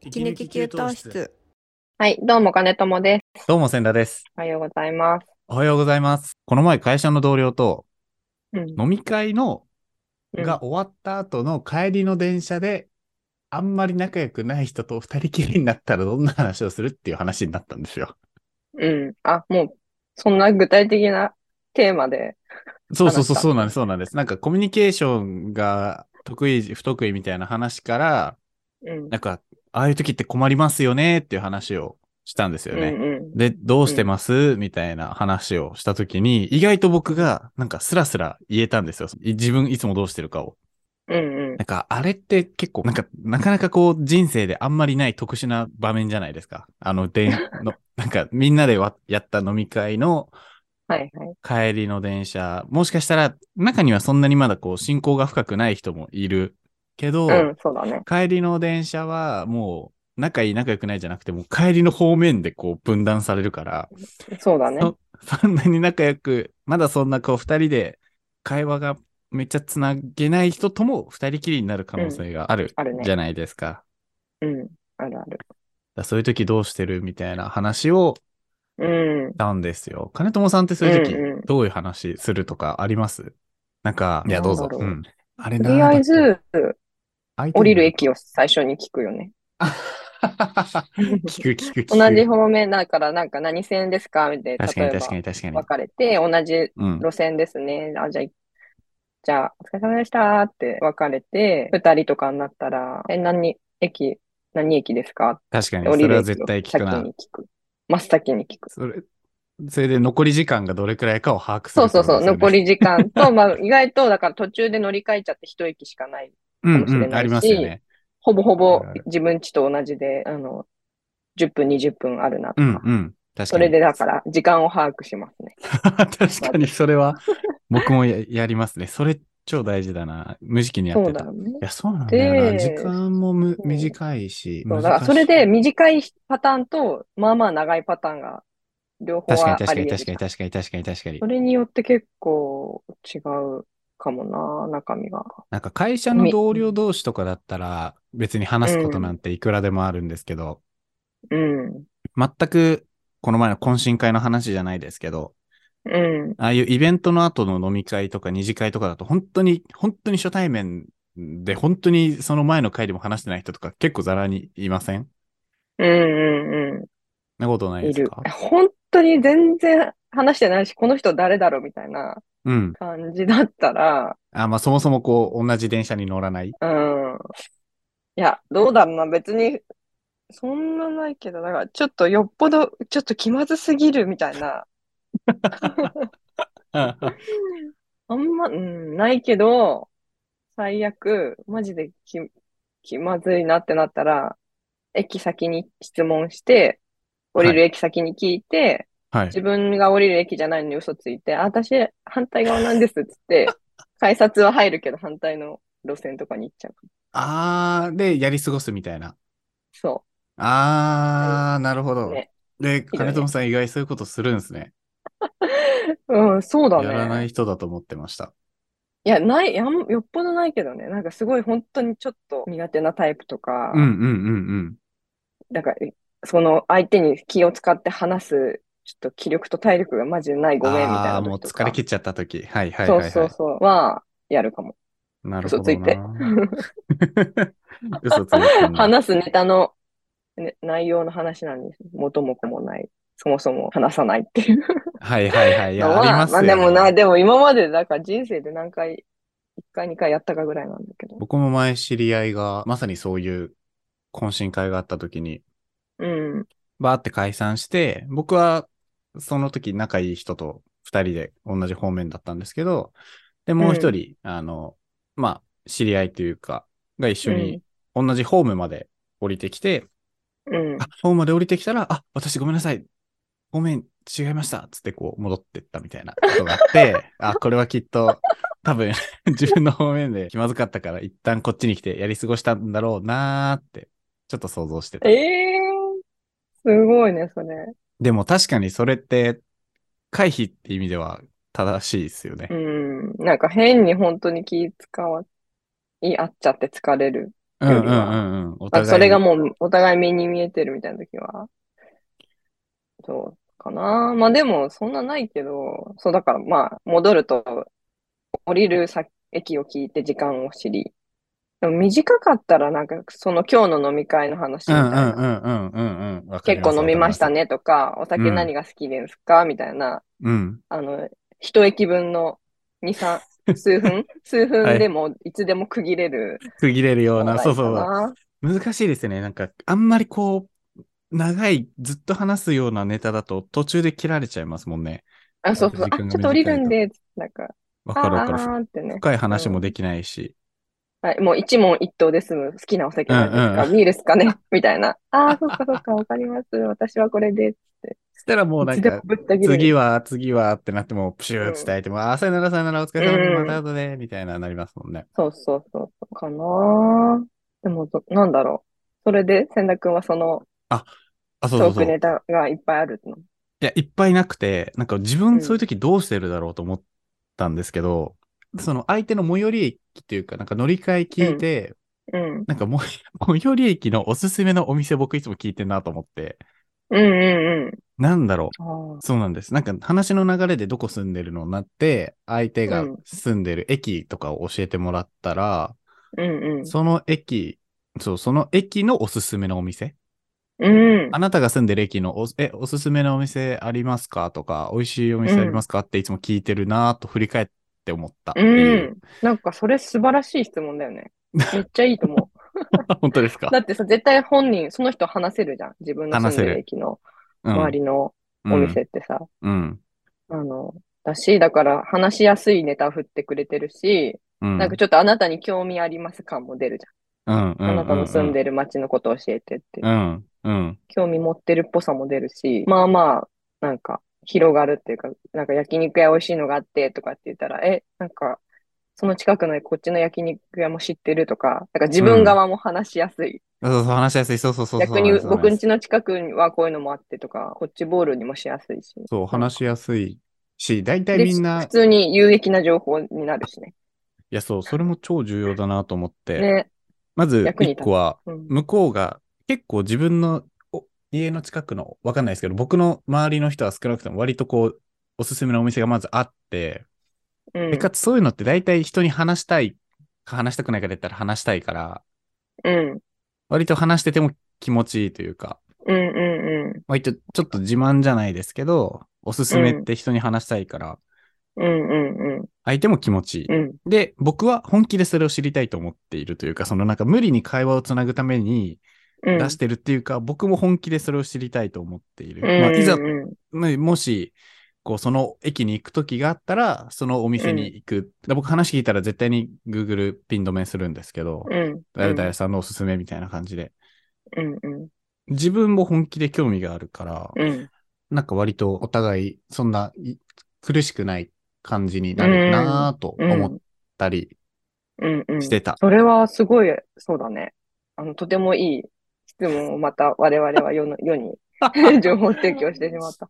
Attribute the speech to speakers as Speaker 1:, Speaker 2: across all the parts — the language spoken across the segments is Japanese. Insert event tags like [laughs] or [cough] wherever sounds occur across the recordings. Speaker 1: 息抜き給湯室。
Speaker 2: はい、どうも、金友です。
Speaker 3: どうも、千田です。
Speaker 2: おはようございます。
Speaker 3: おはようございます。この前、会社の同僚と
Speaker 2: うん
Speaker 3: 飲み会の
Speaker 2: うん
Speaker 3: が終わった後の帰りの電車で、あんまり仲良くない人と二人きりになったらどんな話をするっていう話になったんですよ。
Speaker 2: うん。あ、もう、そんな具体的なテーマで。
Speaker 3: そうそうそう、
Speaker 2: 話した
Speaker 3: そうなんです、そうなんです。なんかコミュニケーションが得意、不得意みたいな話から、
Speaker 2: うん。
Speaker 3: なんか、ああいう時って困りますよねっていう話をしたんですよ
Speaker 2: う
Speaker 3: ね。
Speaker 2: んうん。
Speaker 3: で、どうしてますみたいな話をしたときに、意外と僕がなんかスラスラ言えたんですよ。い自分いつもどうしてるかを。
Speaker 2: うんうん
Speaker 3: なんか、あれって結構、なんか、なかなかこう人生であんまりない特殊な場面じゃないですか。あの、
Speaker 2: [laughs]
Speaker 3: でんの、なんかみんなでわやった飲み会の
Speaker 2: はいはい。
Speaker 3: 帰りの電車、もしかしたら中にはそんなにまだこう進行が深くない人もいるけど、
Speaker 2: うん、そうだね。
Speaker 3: 帰りの電車はもう仲いい仲良くないじゃなくて、もう帰りの方面でこう分断されるから、
Speaker 2: そうだね。
Speaker 3: そ [laughs] そんなに仲良く、まだそんなこう二人で会話がめっちゃつなげない人とも二人きりになる可能性がある
Speaker 2: あるね
Speaker 3: じ。ゃないですか。だか
Speaker 2: うん。あるある。
Speaker 3: らそういう時どうしてるみたいな話をし
Speaker 2: うん。
Speaker 3: たんですよ。金友さんってそういう時
Speaker 2: うんうん
Speaker 3: どういう話するとかあります、なんか、いやどうぞ。
Speaker 2: なんだろ
Speaker 3: う、
Speaker 2: うん
Speaker 3: あれ
Speaker 2: と
Speaker 3: な
Speaker 2: りあえ、
Speaker 3: だっ
Speaker 2: ず、
Speaker 3: け
Speaker 2: 降りる。駅を最初に聞くよね。
Speaker 3: 相手に聞く聞く聞く。
Speaker 2: 同じ方面だから、なんか何線ですかみたいな。
Speaker 3: 確か
Speaker 2: 例
Speaker 3: に
Speaker 2: えば
Speaker 3: 確か、に確かに。
Speaker 2: 分かれて、同じ
Speaker 3: うん。
Speaker 2: 路線ですね。あ、じゃあ、じゃあ、お疲れ様でしたって別れて、二人とかになったら、え、何駅、何駅ですかって
Speaker 3: 確かに。
Speaker 2: 降
Speaker 3: そ
Speaker 2: り
Speaker 3: れ
Speaker 2: る
Speaker 3: は
Speaker 2: 駅
Speaker 3: 絶対
Speaker 2: を
Speaker 3: 聞く
Speaker 2: 先
Speaker 3: な。
Speaker 2: に聞く。真っ先に聞く。
Speaker 3: それ、それで残り時間がどれくらいかを把握する
Speaker 2: そ
Speaker 3: っ
Speaker 2: う
Speaker 3: て
Speaker 2: そ
Speaker 3: こ
Speaker 2: うそ
Speaker 3: と
Speaker 2: う、
Speaker 3: ですよね
Speaker 2: 残り時間と、 [laughs] まあ、意外と、だから途中で乗り換えちゃって一駅しかない。
Speaker 3: うん
Speaker 2: かもし
Speaker 3: う
Speaker 2: れない
Speaker 3: ん、
Speaker 2: し
Speaker 3: ありますよね。
Speaker 2: ほぼほぼ
Speaker 3: あるある
Speaker 2: 自分家と同じで、あの、10分、20分あるなと
Speaker 3: うん
Speaker 2: か。
Speaker 3: うん。確かに。
Speaker 2: それで、だから、時間を把握しますね。
Speaker 3: [laughs] 確かにそれは、僕もややりますね。それ超大事だな。無意識にやっ
Speaker 2: そ
Speaker 3: て
Speaker 2: うだ
Speaker 3: た。
Speaker 2: よ
Speaker 3: い
Speaker 2: ね。
Speaker 3: や、そうなんだよな。
Speaker 2: で
Speaker 3: 時間もむ
Speaker 2: そう
Speaker 3: 短いし。
Speaker 2: そう、だから
Speaker 3: 難しい
Speaker 2: それで、短いパターンと、まあまあ長いパターンが、両方
Speaker 3: 確か
Speaker 2: は
Speaker 3: に
Speaker 2: あり
Speaker 3: 確かに
Speaker 2: 得る
Speaker 3: 確
Speaker 2: じ
Speaker 3: か
Speaker 2: ゃん
Speaker 3: に確かに確かに確かに
Speaker 2: そ。れによって結構違うかもな、中身が。
Speaker 3: なんか会社の同僚同士とかだったら、別に話すことなんていくらでもあるんですけど、
Speaker 2: うん。
Speaker 3: 全く、この前の懇親会の話じゃないですけど、
Speaker 2: うん。
Speaker 3: ああいうイベントの後の飲み会とか二次会とかだと、本当に、本当に初対面で、本当にその前の回でも話してない人とか結構ざらにいません
Speaker 2: うんうん
Speaker 3: なことない
Speaker 2: うん。い
Speaker 3: です
Speaker 2: る
Speaker 3: か。
Speaker 2: 本当に全然話してないし、この人誰だろうみたいな
Speaker 3: うん。
Speaker 2: 感じだったら、
Speaker 3: あ、まあそもそもこう、同じ電車に乗らない。
Speaker 2: うん。いや、どうだろうな、別に、そんなないけど、だからちょっとよっぽど、ちょっと気まずすぎるみたいな、あんま、うん、ないけど、最悪、マジで気、気まずいなってなったら、駅先に質問して、降りる駅先に聞いて、
Speaker 3: はい。
Speaker 2: 自分が降りる駅じゃないのに嘘ついて、あ、私、反対側なんですっつ
Speaker 3: [laughs]
Speaker 2: って、改札は入るけど反対の路線とかに行っちゃう。
Speaker 3: あー、で、やり過ごすみたいな。
Speaker 2: そ
Speaker 3: あー、なるほ
Speaker 2: う。
Speaker 3: ど。
Speaker 2: ね。
Speaker 3: で、金友さん意外そういうことするんですね。
Speaker 2: うん、そうだ
Speaker 3: やらな
Speaker 2: ね。
Speaker 3: い人だと思ってました。
Speaker 2: いや、ない、やん、よっぽどないけどね。なんかすごい本当にちょっと苦手なタイプとか
Speaker 3: うん、うんうん
Speaker 2: なんか、その相手に気を使って話す、ちょっと気力と体力がマジでない、
Speaker 3: うん。
Speaker 2: ごめんみたい
Speaker 3: あ
Speaker 2: な
Speaker 3: ー、もう
Speaker 2: 時と
Speaker 3: 疲れ
Speaker 2: か
Speaker 3: 切っちゃった時。はいはい
Speaker 2: そ
Speaker 3: は
Speaker 2: う
Speaker 3: いはい。
Speaker 2: そうそう、は、やるかも。
Speaker 3: なるほ
Speaker 2: 嘘
Speaker 3: ど
Speaker 2: ついて
Speaker 3: な。 [laughs] 嘘ついてんだ
Speaker 2: [laughs] 話すネタの、ね、内容の話なんです。元も子もない。そもそも話さないっていう
Speaker 3: はいはいはい。い
Speaker 2: の
Speaker 3: や、あり
Speaker 2: は、
Speaker 3: ますよ、
Speaker 2: あ
Speaker 3: ね。
Speaker 2: でもな、でも今まで、だから人生で何回、1回、2回やったかぐらいなんだけど。
Speaker 3: 僕も前知り合いが、まさにそういう懇親会があった時に、
Speaker 2: うん。
Speaker 3: バーって解散して、僕はその時仲いい人と二人で同じ方面だったんですけど、で、もう一人、あの、まあ、知り合いというか、が一緒に同じホームまで降りてきて、
Speaker 2: うん
Speaker 3: あ。、ホームまで降りてきたら、あ、私ごめんなさい。ごめん、違いました。つってこう戻ってったみたいなことがあ
Speaker 2: [laughs]
Speaker 3: って、あ、これはきっと、多分 [laughs] 自分の方面で気まずかったから一旦こっちに来てやり過ごしたんだろうなーって、ちょっと想像してた
Speaker 2: え。えー、すごいね、それ。
Speaker 3: でも確かにそれって、回避って意味では正しいですよね
Speaker 2: う。ん。なんか変に本当に気使わ、い合っちゃって疲れる
Speaker 3: うんうんうんうん。お
Speaker 2: ま
Speaker 3: 互
Speaker 2: あ
Speaker 3: い。
Speaker 2: それがもうお互い目に見えてるみたいな時は。そうかな。まあでもそんなないけど、そうだからまあ戻ると、降りる先駅を聞いて時間を知り。でも短かったらなんかその今日の飲み会の話
Speaker 3: う
Speaker 2: み
Speaker 3: んう
Speaker 2: たい
Speaker 3: ん
Speaker 2: な。
Speaker 3: うんうんうんうん。わかり
Speaker 2: 結
Speaker 3: ます
Speaker 2: 構飲みました。
Speaker 3: わか
Speaker 2: ねとか、お酒
Speaker 3: うん
Speaker 2: 何が好きですかみたいな、
Speaker 3: りますうん。
Speaker 2: あの、一駅分の2、3、数
Speaker 3: [laughs]
Speaker 2: 分数分でもいつでも区切れる
Speaker 3: 区切れるよう
Speaker 2: 話
Speaker 3: な、
Speaker 2: 題
Speaker 3: そう
Speaker 2: か
Speaker 3: そうそう。
Speaker 2: な。
Speaker 3: 難しいですね。なんか、あんまりこう、長い、ずっと話すようなネタだと、途中で切られちゃいますもんね。
Speaker 2: あ、そうそう。
Speaker 3: 時
Speaker 2: あ、
Speaker 3: 間が
Speaker 2: ちょっと降りるんで、なんか、
Speaker 3: わ
Speaker 2: あ
Speaker 3: かるわかる。
Speaker 2: ーってね。
Speaker 3: 深い話もできないし。
Speaker 2: はい、もう一問一答で済む。好きなお酒なんですか、
Speaker 3: うん
Speaker 2: ビールですかね [laughs] みたいな。ああ、そっかそっか、わかります。私はこれで。
Speaker 3: そしたらもう
Speaker 2: い
Speaker 3: なん
Speaker 2: つでも
Speaker 3: か、
Speaker 2: ぶった切れる。
Speaker 3: 次は、次はってなっても、プシューって伝えても、あー、さよならさよなら、お疲れ様で
Speaker 2: う
Speaker 3: す、ま
Speaker 2: ん
Speaker 3: た後で、みたいななりますもんね。
Speaker 2: そうそうそうそう、かな。でもそ、なんだろう。それで、千田くんはその
Speaker 3: あ、そ
Speaker 2: ト
Speaker 3: うそう
Speaker 2: ー
Speaker 3: そ
Speaker 2: ク
Speaker 3: う。
Speaker 2: ネタがいっぱいあるの。
Speaker 3: いや、いっぱいなくて、なんか自
Speaker 2: う
Speaker 3: 分
Speaker 2: ん
Speaker 3: そういう時どうしてるだろうと思ったんですけど、その相手の最寄り駅っていうか、なんか乗り換え聞いて、
Speaker 2: うん。
Speaker 3: なんかもう [laughs] 最寄り駅のおすすめのお店僕いつも聞いてんなと思って、
Speaker 2: うんうん
Speaker 3: なんだろ
Speaker 2: うん。あ
Speaker 3: う。そうなんです。なんか話の流れでどこ住んでるのになって、相手が
Speaker 2: うん
Speaker 3: 住んでる駅とかを教えてもらったら、
Speaker 2: あ、うんうん。
Speaker 3: その駅、そう、その駅のおすすめのお店
Speaker 2: うん。
Speaker 3: あなたが住んでる駅のお、え、おすすめのお店ありますかとか、美味しいお店ありますかっていつも聞いてるなぁと振り返って思ったって
Speaker 2: う
Speaker 3: いう。
Speaker 2: ん。なんか、それ素晴らしい質問だよね。めっちゃいいと思
Speaker 3: [laughs]
Speaker 2: う。
Speaker 3: [laughs] 本当ですか
Speaker 2: だってさ、絶対本人、その人話せるじゃん。自分の住ん
Speaker 3: 話
Speaker 2: で
Speaker 3: せる
Speaker 2: 駅の
Speaker 3: うん
Speaker 2: 周りのお店ってさ。
Speaker 3: うん。
Speaker 2: あの、だし、だから話しやすいネタ振ってくれてるし、
Speaker 3: うん。
Speaker 2: なんかちょっとあなたに興味あります感も出るじ
Speaker 3: うん、
Speaker 2: ゃん。あなたの住ん
Speaker 3: る。
Speaker 2: でる街のことを教えてって
Speaker 3: う。ん。うん。
Speaker 2: 興味持ってるっぽさも出るし、まあまあ、なんか、広がるっていうか、なんか焼肉屋美味しいのがあってとかって言ったら、え、なんか、その近くのこっちの焼肉屋も知ってるとか、なんか自分側も話しやすい。
Speaker 3: そうそう、話しやすい。そうそうそうそう。
Speaker 2: 逆に
Speaker 3: そうなん
Speaker 2: 僕ん
Speaker 3: です
Speaker 2: 家の近くにはこういうのもあってとか、こっちボールにもしやすいし。
Speaker 3: そう、話しやすいし、大体
Speaker 2: で
Speaker 3: みん
Speaker 2: 普
Speaker 3: な、
Speaker 2: 通に有益な情報になるしね。
Speaker 3: いや、そう、それも超重要だなと思って、
Speaker 2: ね。
Speaker 3: まず
Speaker 2: 役に
Speaker 3: 一
Speaker 2: 立つ
Speaker 3: 個は、
Speaker 2: うん。
Speaker 3: 向こうが結構自分のお家の近くの、わかんないですけど、僕の周りの人は少なくとも割とこう、おすすめのお店がまずあって、
Speaker 2: うん
Speaker 3: で、かつそういうのって大体人に話したいか話したくないかで言ったら話したいから、
Speaker 2: うん。
Speaker 3: 割と話してても気持ちいいというか、
Speaker 2: うんう
Speaker 3: 割とちょっと自慢じゃないですけど、おすすめって人に話したいから、
Speaker 2: んうん。うんうん
Speaker 3: 相手も気持ちいい。
Speaker 2: うん。うん。
Speaker 3: で、僕は本気でそれを知りたいと思っているというか、そのなんか無理に会話をつなぐために
Speaker 2: うん。
Speaker 3: 出してるっていうか、僕も本気でそれを知りたいと思っている。
Speaker 2: うんうんうん。
Speaker 3: まあ、いざ、ねもし、こう、その駅に行くときがあったら、そのお店に行く。で僕話聞いたら絶対に Google ピン止めするんですけど、
Speaker 2: うん。
Speaker 3: 誰々さんのおすすめみたいな感じで。
Speaker 2: うんうん。
Speaker 3: 自分も本気で興味があるから、
Speaker 2: うん。
Speaker 3: なんか割とお互いそんない苦しくない感じになるなぁと思ったり
Speaker 2: うんうん。
Speaker 3: してた。
Speaker 2: それはすごい、そうだね。あの、とてもいい質問をまた我々は
Speaker 3: [laughs]
Speaker 2: 世の、世に [laughs] 情報提供してしまった。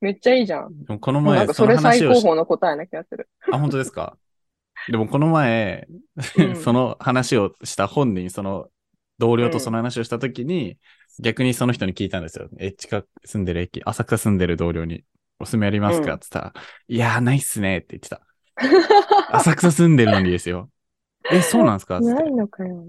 Speaker 2: めっちゃいいじゃん。
Speaker 3: でもこの
Speaker 2: もうな
Speaker 3: 前
Speaker 2: んか
Speaker 3: そ
Speaker 2: そ
Speaker 3: の
Speaker 2: れ最
Speaker 3: 話を
Speaker 2: 高
Speaker 3: し
Speaker 2: 峰の答えな気が
Speaker 3: [laughs]
Speaker 2: する。
Speaker 3: あ、本当ですかでもこの前、
Speaker 2: うん
Speaker 3: その話をした本人、その同僚とその話をしたときに、逆にその人に聞いたんですよ。え、近く住んでる駅、浅草住んでる同僚に、おすすめありますか、
Speaker 2: うん
Speaker 3: って言ったら、いやー、ないっすねって言ってた。浅草住んでるのにですよ。え、そうなんですかつって
Speaker 2: [laughs] ないのかよ。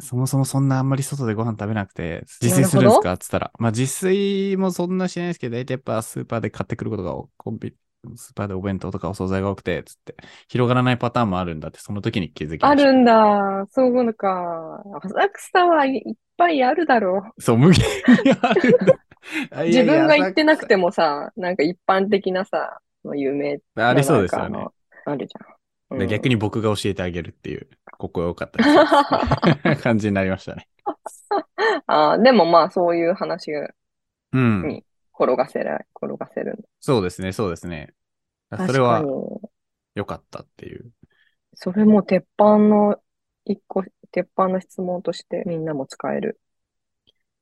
Speaker 3: そもそもそんなあんまり外でご飯食べなくて、自炊するんですかって言ったら、まあ自炊もそんなしないですけど、大体やっぱスーパーで買ってくることが多、コンビ、スーパーでお弁当とかお惣菜が多くて、つって、広がらないパターンもあるんだって、その時に気づきま
Speaker 2: あ
Speaker 3: した。
Speaker 2: るんだ。そうなのか。浅草はい、いっぱいあるだろう。
Speaker 3: そう、無限にあるんだ。あいや
Speaker 2: [laughs] 自
Speaker 3: いや
Speaker 2: 分が行ってなくてもさ、なんか一般的なさ、その有名
Speaker 3: あありそうですよ
Speaker 2: な
Speaker 3: ね
Speaker 2: ん。かあのあるじゃん。
Speaker 3: で逆
Speaker 2: に。
Speaker 3: に僕が教えてあげるっていう、ここ良かったです
Speaker 2: [laughs]
Speaker 3: [laughs] よ。感じになりましたね。
Speaker 2: あーでもまあそういう話が
Speaker 3: うん。
Speaker 2: に転がせら、転がせるん
Speaker 3: そうですね、そうですね。
Speaker 2: だ。
Speaker 3: それは
Speaker 2: 確かに。
Speaker 3: 良かったっていう。
Speaker 2: それも鉄板の、一個、鉄板の質問としてみんなも使える。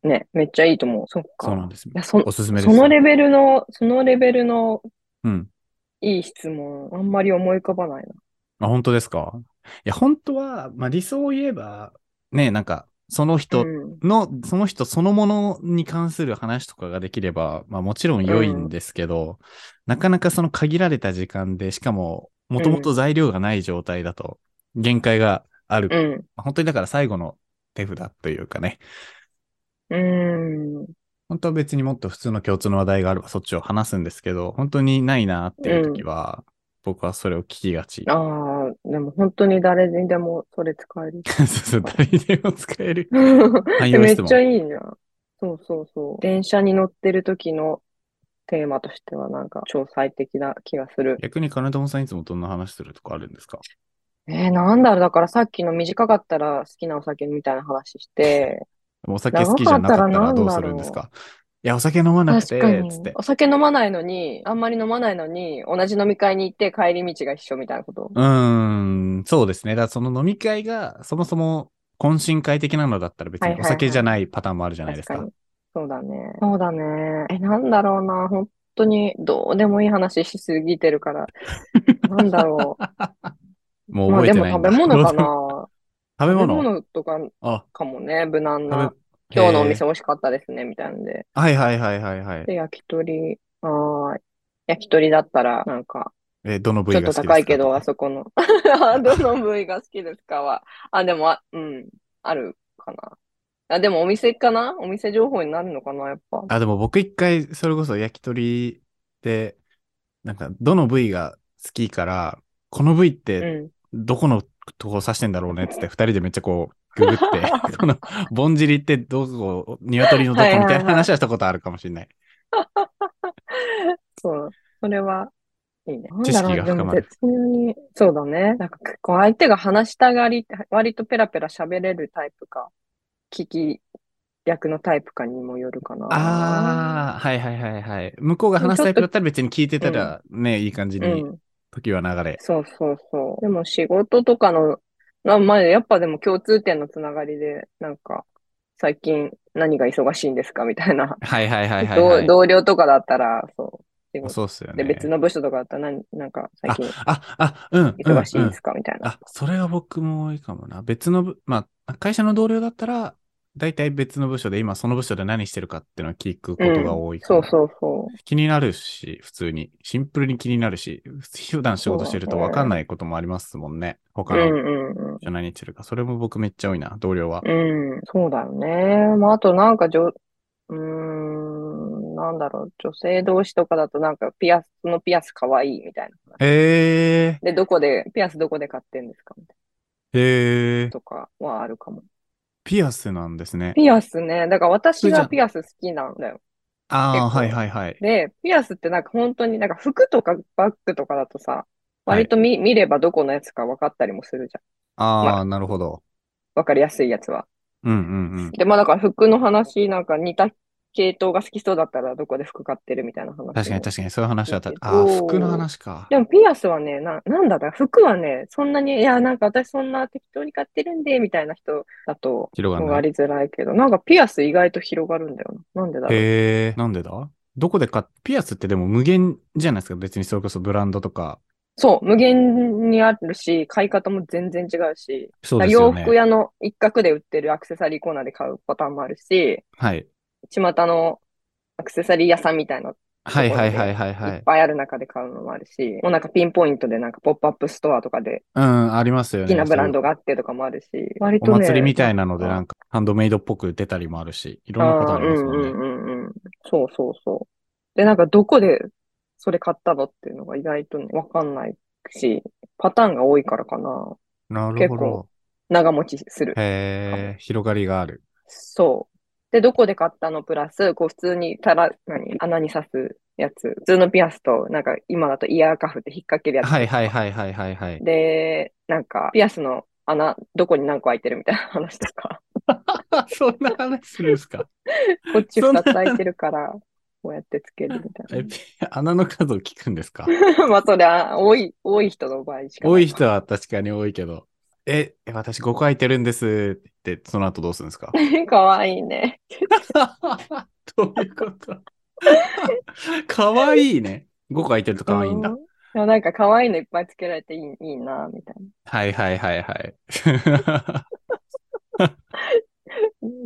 Speaker 2: ね、めっちゃいいと思う。そっか。
Speaker 3: そうなんです
Speaker 2: い。や、そ、
Speaker 3: おすすめです
Speaker 2: そ
Speaker 3: よ。
Speaker 2: のレベルの、そのレベルの
Speaker 3: うん。
Speaker 2: いい質問、あんまり思い浮かばないな。
Speaker 3: あ、本当ですかいや、本当は、まあ理想を言えば、ね、なんか、その人
Speaker 2: うん
Speaker 3: の、その人そのものに関する話とかができれば、まあもちろん良いんですけど、なかなかその限られた時間で、しかも、もともと材料がない状態だと、限界がある。ま
Speaker 2: うん。
Speaker 3: あ本当にだから最後の手札というかね、
Speaker 2: うん。
Speaker 3: 本当は別にもっと普通の共通の話題があればそっちを話すんですけど、本当にないなっていう時は、僕はそれを聞きがち。
Speaker 2: ああ、でも本当に誰にでもそれ使える。
Speaker 3: [laughs] そうそう、誰にでも使え
Speaker 2: [laughs]
Speaker 3: る。 [laughs] 汎
Speaker 2: で
Speaker 3: 用
Speaker 2: め
Speaker 3: 質
Speaker 2: っちゃ
Speaker 3: 問。
Speaker 2: いいじゃん。そうそうそう。電車に乗ってる時のテーマとしてはなんか超最適な気がする。
Speaker 3: 逆に金友さんいつもどんな話するとかあるんですか
Speaker 2: えー、なんだろう。だからさっきの短かったら好きなお酒みたいな話して、
Speaker 3: お酒好きじゃなかったらどうするんですかいや、お酒飲まなく
Speaker 2: 確
Speaker 3: て、
Speaker 2: かに
Speaker 3: つって。
Speaker 2: お酒飲まないのに、あんまり飲まないのに、同じ飲み会に行って帰り道が一緒みたいなこと。
Speaker 3: うーん、そうですね。だからその飲み会が、そもそも懇親会的なのだったら別
Speaker 2: はい
Speaker 3: に
Speaker 2: は
Speaker 3: お
Speaker 2: いはい
Speaker 3: 酒じゃないパターンもあるじゃないで
Speaker 2: 確
Speaker 3: すか。
Speaker 2: かに。そうだね。そうだね。え、なんだろうな。本当にどうでもいい話しすぎて
Speaker 3: [laughs]
Speaker 2: るから。なんだろ
Speaker 3: も
Speaker 2: う。
Speaker 3: う
Speaker 2: まあ
Speaker 3: 覚え
Speaker 2: で
Speaker 3: て
Speaker 2: も
Speaker 3: ないん
Speaker 2: 食
Speaker 3: だ。
Speaker 2: べ物
Speaker 3: ど
Speaker 2: か
Speaker 3: うでも
Speaker 2: な。
Speaker 3: [laughs] 食べ
Speaker 2: 食べ
Speaker 3: 物
Speaker 2: 物とか
Speaker 3: あ、
Speaker 2: かもね。無難な。
Speaker 3: 食べ、
Speaker 2: 今日のお
Speaker 3: へー
Speaker 2: 店美味しかったですね。みたいなんで。
Speaker 3: はいはいはいはいはい。
Speaker 2: で、焼き鳥。あー焼き鳥だったら、なんか、
Speaker 3: え、どの部
Speaker 2: ちょ
Speaker 3: 位
Speaker 2: っ
Speaker 3: が好
Speaker 2: と
Speaker 3: きですか
Speaker 2: 高いけど、
Speaker 3: と
Speaker 2: あ
Speaker 3: か
Speaker 2: そこの。 [laughs] どの部位が好きですかは。あ、でも、あうん。あるかな。あ、でもお店かなお店情報になるのかなやっぱ。
Speaker 3: あ、でも僕一回、それこそ焼き鳥で、なんか、どの部位が好きから、この部位っ
Speaker 2: う
Speaker 3: て
Speaker 2: ん。
Speaker 3: どこのとこ指してんだろうねっつって、二人でめっちゃこう、ググって、
Speaker 2: [laughs]
Speaker 3: この、ぼんじりってどこ、鶏のどこみたいな話はしたことあるかもしれ
Speaker 2: [laughs]
Speaker 3: ない。
Speaker 2: そう、それは、いいね。
Speaker 3: 知識が
Speaker 2: なんだろう
Speaker 3: 深まる
Speaker 2: でも絶妙に、そうだね。なんか結構相手が話したがり、割とペラペラ喋れるタイプか、聞き役のタイプかにもよるかな。
Speaker 3: ああ、はいはいはいはい。向こうが話すタイプだったら別に聞いてたらね、いい感じ
Speaker 2: う
Speaker 3: に
Speaker 2: ん。
Speaker 3: 時は流れ。
Speaker 2: そうそうそう。でも仕事とかの、なまあ、やっぱでも共通点のつながりで、なんか、最近何が忙しいんですかみたいな。
Speaker 3: はいはいはいはい、
Speaker 2: 同
Speaker 3: はい。
Speaker 2: 同僚とかだったら、そう、仕事
Speaker 3: そうっすよ
Speaker 2: で
Speaker 3: ね。
Speaker 2: 別の部署とかだったら、なんなんか最近
Speaker 3: あ、あ、うん、うん、
Speaker 2: 忙しいん
Speaker 3: う
Speaker 2: で
Speaker 3: ん
Speaker 2: すかみたいな。
Speaker 3: あ、それは僕も多いかもな。別の部、まあ、会社の同僚だったら、大体別の部署で今その部署で何してるかっていうのを聞くことが多いから、
Speaker 2: そうそうそ
Speaker 3: 気になるし、普通に。シンプルに気になるし、普段仕事してると分かんないこともありますもんね。
Speaker 2: う。
Speaker 3: 他
Speaker 2: う
Speaker 3: の部
Speaker 2: んうん
Speaker 3: 署何してるか。それも僕めっちゃ多いな、同僚は。
Speaker 2: うん。うん、そうだよね。まあ、あとなんかじょ、うーん、なんだろう、女性同士とかだとなんかピアス、そのピアスかわいいみたいな。
Speaker 3: へ
Speaker 2: で、どこで、ピアスどこで買ってんですかみたい
Speaker 3: え、へえ
Speaker 2: な。とかはあるかも。
Speaker 3: ピアスなんですね。
Speaker 2: ピアスね。だから私
Speaker 3: それじ
Speaker 2: が
Speaker 3: ゃ
Speaker 2: ピアス好きなんだよ。
Speaker 3: ああ、
Speaker 2: 結構
Speaker 3: はいはいはい。
Speaker 2: で、ピアスってなんか本当になんか服とかバッグとかだとさ、割と見、見ればどこのやつか分かったりもするじゃん。ま
Speaker 3: あ
Speaker 2: あ
Speaker 3: あ、なるほど。
Speaker 2: 分かりやすいやつは。
Speaker 3: うんうんうん。
Speaker 2: で、まあだから服の話、なんか似た系統が好きそうだったらどこで服買ってるみたいな話。
Speaker 3: 確かに確かに、そういう話だった。
Speaker 2: 結
Speaker 3: ああ、
Speaker 2: 構
Speaker 3: 服の話か。
Speaker 2: でもピアスはね、な、なんだだ、服はね、そんなに、いや、なんか私そんな適当に買ってるんで、みたいな人だと、
Speaker 3: 広が
Speaker 2: 分
Speaker 3: らな
Speaker 2: か
Speaker 3: い。
Speaker 2: りづらいけど、なんかピアス意外と広がるんだよな。なんでだろう。
Speaker 3: へえ、なんでだどこで買っピアスってでも無限じゃないですか。別にそれこそブランドとか。
Speaker 2: そう、無限にあるし、買い方も全然違うし、
Speaker 3: そう
Speaker 2: なん
Speaker 3: で
Speaker 2: か
Speaker 3: すよ
Speaker 2: 洋
Speaker 3: ね。
Speaker 2: 服屋の一角で売ってるアクセサリーコーナーで買うパターンもあるし、
Speaker 3: はい。
Speaker 2: 巷のアクセサリー屋さんみたいな
Speaker 3: はいはいはいはいはい
Speaker 2: っ
Speaker 3: い。
Speaker 2: ぱいある中で買うのもあるし、もうなんかピンポイントでなんかポップアップストアとかで
Speaker 3: うん、ありますよ
Speaker 2: 好
Speaker 3: ね。
Speaker 2: きなブランド
Speaker 3: が。
Speaker 2: があってとかもあるし、割
Speaker 3: お
Speaker 2: とね、
Speaker 3: 祭りみたいなので、
Speaker 2: なんか
Speaker 3: なんか、ハンドメイドっぽく出たりもあるし、いろんなパター
Speaker 2: あ
Speaker 3: ンあり
Speaker 2: あー、う
Speaker 3: ますもん
Speaker 2: んう
Speaker 3: ね。
Speaker 2: んうんうん。そうそうそう。で、なんかどこでそれ買ったのっていうのが意外とね、わかんないし、パターンが多いからかな。
Speaker 3: なるほ
Speaker 2: 結構
Speaker 3: ど。
Speaker 2: 長持ちする。
Speaker 3: へえ、広がりがあ [laughs] る。
Speaker 2: そう。で、どこで買ったのプラス、こう普通にたら、何、穴に刺すやつ。普通のピアスと、なんか今だとイヤーカフって引っ掛けるやつ。
Speaker 3: はいはいはいはいはいはい。
Speaker 2: で、なんか、ピアスの穴、どこに何個開いてるみたいな話と
Speaker 3: [laughs]
Speaker 2: か、
Speaker 3: [laughs] そんな話するんですか
Speaker 2: こっち
Speaker 3: そん
Speaker 2: 2
Speaker 3: な
Speaker 2: つ開いてるから、こうやってつけるみた
Speaker 3: [laughs] え
Speaker 2: い
Speaker 3: ピ穴の数を聞くんです [laughs] か
Speaker 2: な。まあ、そりゃ、多い、多い人の場合しかな
Speaker 3: 多
Speaker 2: い。 [laughs]
Speaker 3: い人は確かに多いけど。え、私5個空いてるんですって、その後どうするんです [laughs] か
Speaker 2: かわいいね。
Speaker 3: どういうことかわいいね。5個空いてるとかわいいんだ
Speaker 2: う。でもなんか、かわいいのいっ
Speaker 3: [laughs]
Speaker 2: ぱいつけられていい、いいな、みたいな。
Speaker 3: はいはいはいはい。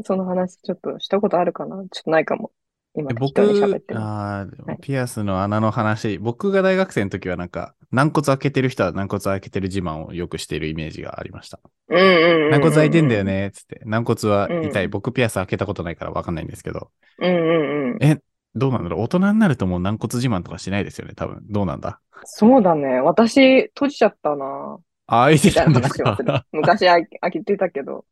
Speaker 2: その話ちょっとしたことあるかなちょっとないかも。今
Speaker 3: え
Speaker 2: 適
Speaker 3: 僕
Speaker 2: 当に喋って、る。
Speaker 3: あーでも
Speaker 2: はい
Speaker 3: ピアスの穴の話、僕が大学生の時はなんか、軟骨開けてる人は軟骨開けてる自慢をよくしているイメージがありました。
Speaker 2: うんうんうん。
Speaker 3: 軟骨開いてんだよ。ね、つって。軟骨は痛
Speaker 2: う
Speaker 3: い。
Speaker 2: ん
Speaker 3: 僕ピアス開けたことないからわかんないんですけど。
Speaker 2: うんうんうん。
Speaker 3: どうなんだろう大人になるともう軟骨自慢とかしないですよね、多分。どうなんだ
Speaker 2: そうだね。私、閉じちゃったな。
Speaker 3: あ開いて
Speaker 2: みた
Speaker 3: た
Speaker 2: い
Speaker 3: ん
Speaker 2: な
Speaker 3: です
Speaker 2: 話をする
Speaker 3: か。
Speaker 2: 昔開けてたけど、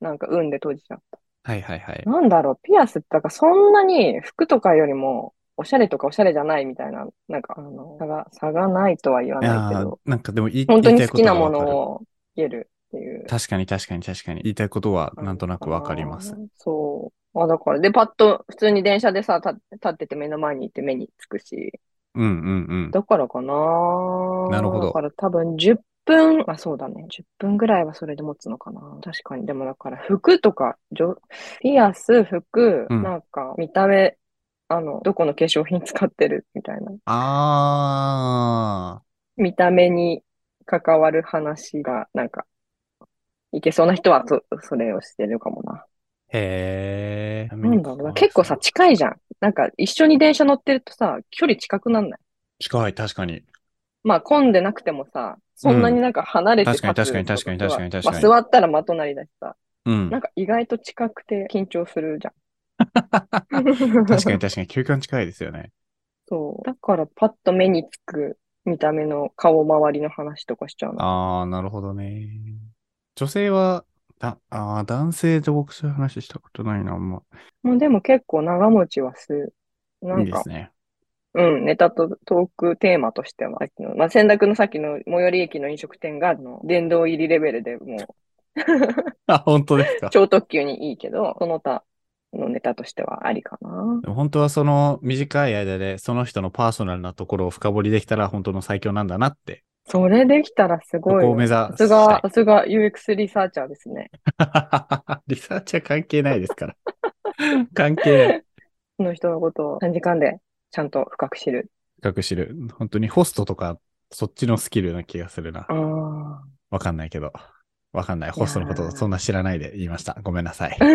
Speaker 2: なんか運で閉じちゃっ
Speaker 3: [laughs] はいはいはい
Speaker 2: た。。なんだろう、ピアスって、だからそんなに服とかよりも、おしゃれとかおしゃれじゃないみたいな、なんか、あの、差が、差がないとは言わ
Speaker 3: い
Speaker 2: ないけ
Speaker 3: やー
Speaker 2: ど、
Speaker 3: なんかでも言い
Speaker 2: 本当
Speaker 3: 言
Speaker 2: に
Speaker 3: いた
Speaker 2: 好
Speaker 3: い
Speaker 2: きな
Speaker 3: ことは
Speaker 2: も
Speaker 3: わかる
Speaker 2: のを着るっていう。
Speaker 3: 確かに確かに確かに。言いたいことはなんとなくわかります。。
Speaker 2: そう。あ、だから、で、パッと、普通に電車でさ、立立ってて目の前に行って目につくし、
Speaker 3: うんうん
Speaker 2: だからかな
Speaker 3: なるほど
Speaker 2: だから多分10分、あ、そうだね。10分ぐらいはそれで持つのかな確かに。でもだから、服とか、じょピアス、服、
Speaker 3: うん
Speaker 2: なんか、見た目、あの、どこの化粧品使ってるみたいな。
Speaker 3: うん。あ
Speaker 2: 見た目に関わる話が、なんか、いけそうな人は、そ、それをしてるかもな。
Speaker 3: ー。へえ。
Speaker 2: なんだろうな。結構さ、近いじゃん。なんか、一緒に電車乗ってるとさ、距離近くなんない
Speaker 3: 近い、確かに。
Speaker 2: まあ混んでなくてもさ、そんなになんか離れて
Speaker 3: 確かに
Speaker 2: 立つ
Speaker 3: 確かに確かに
Speaker 2: 人と
Speaker 3: 確かに確かに
Speaker 2: まあ座ったらまとなりだしさ、
Speaker 3: うん
Speaker 2: なん。か意外と近くて緊張するじゃん。
Speaker 3: [laughs] 確かに確かに、休館近いですよね。
Speaker 2: [laughs] そう。だからパッと目につく見た目の顔周りの話とかしち [laughs] ゃうな。
Speaker 3: ああ、なるほどね。女性は、だあー男性と僕そういう話したことないな、あんま。
Speaker 2: もうでも結構長持ちはする。ない
Speaker 3: い
Speaker 2: ん
Speaker 3: で
Speaker 2: か、
Speaker 3: すね。
Speaker 2: うん、ネタとトークテーマとしては、さっきの、まあ、選択のさっきの最寄り駅の飲食店が、あの、殿堂入りレベルでもう
Speaker 3: [laughs] あ、本当ですか。
Speaker 2: 超特急にいいけど、その他のネタとしてはありかな。
Speaker 3: 本当はその短い間でその人のパーソナルなところを深掘りできたら本当の最強なんだなって、
Speaker 2: それできたらす
Speaker 3: そ
Speaker 2: ごい
Speaker 3: こ
Speaker 2: よ
Speaker 3: を目指
Speaker 2: さす
Speaker 3: す。
Speaker 2: が、さすが UX リサーチャーですね。
Speaker 3: [laughs] リサーチは関係ないですから。関係ない。
Speaker 2: その人のことを短時間でちゃんと深く知る。
Speaker 3: 深く知る。本当にホストとか、そっちのスキルな気がするな
Speaker 2: あ。あ。
Speaker 3: わかんないけど。わかんない。ホストのこ
Speaker 2: い
Speaker 3: と
Speaker 2: やー
Speaker 3: そんな知らないで言いました。ごめんなさい。
Speaker 2: [laughs]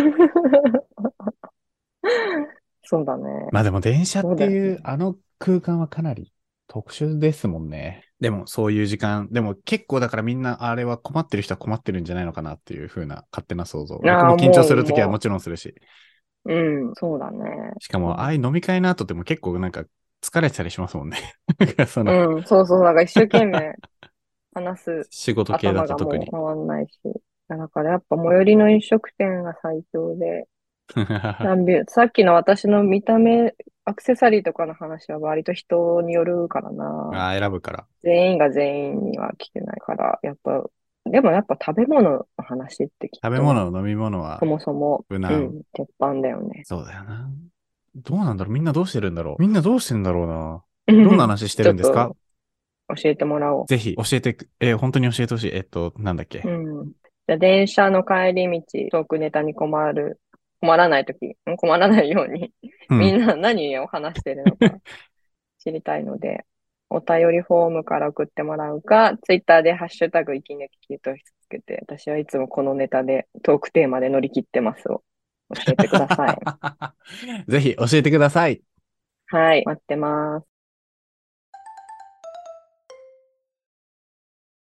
Speaker 2: そうだね。
Speaker 3: まあでも電車って
Speaker 2: そうだ
Speaker 3: い
Speaker 2: よ
Speaker 3: う
Speaker 2: ね
Speaker 3: あの空間はかなり特殊ですもんね。でもそういう時間、でも結構だからみんなあれは困ってる人は困ってるんじゃないのかなっていう風な勝手な想像。僕
Speaker 2: あー
Speaker 3: も緊張する
Speaker 2: もう
Speaker 3: ときは
Speaker 2: もう
Speaker 3: もちろんするし。
Speaker 2: うん、そうだね。
Speaker 3: しかもああいう飲み会の後でも結構なんか疲れてたりしますもんね。その
Speaker 2: [laughs] うん、そうそう。なんか一生懸命話す
Speaker 3: 仕事系だ
Speaker 2: 頭
Speaker 3: と
Speaker 2: がも
Speaker 3: 特
Speaker 2: う
Speaker 3: に。
Speaker 2: 回んないし。だからやっぱ最寄りの飲食店が最強で、なんびさっきの私の見た目、アクセサリーとかの話は割と人によるからな。
Speaker 3: [laughs] ああ、選ぶから。
Speaker 2: 全員が全員には聞けないから、やっぱ、でもやっぱ食べ物の話ってきっと、
Speaker 3: 食べ物、飲み物は
Speaker 2: そもそも、
Speaker 3: 無
Speaker 2: う
Speaker 3: 難。
Speaker 2: ん、鉄板だよね。
Speaker 3: そうだよな。どうなんだろうみんなどうしてるんだろうみんなどうしてんだろうな。どんな話してるんです
Speaker 2: ち
Speaker 3: か
Speaker 2: ょっと [laughs] 教えてもらおう。
Speaker 3: ぜひ教えてく、えー本当に教えてほしい。えっと、なんだっけ。
Speaker 2: うん。じゃあ電車の帰り道、トークネタに困る、困らないとき、ん困らないように、
Speaker 3: うん [laughs]
Speaker 2: みんな何を話してるのか知りたいので、お便りフォームから送ってもらうか、ツイッターでハッシュタグ息抜きとしつけて、私はいつもこのネタでトークテーマで乗り切ってますを
Speaker 3: [laughs]
Speaker 2: 教えてください。
Speaker 3: ぜひ教えてください。
Speaker 2: はい、待ってます。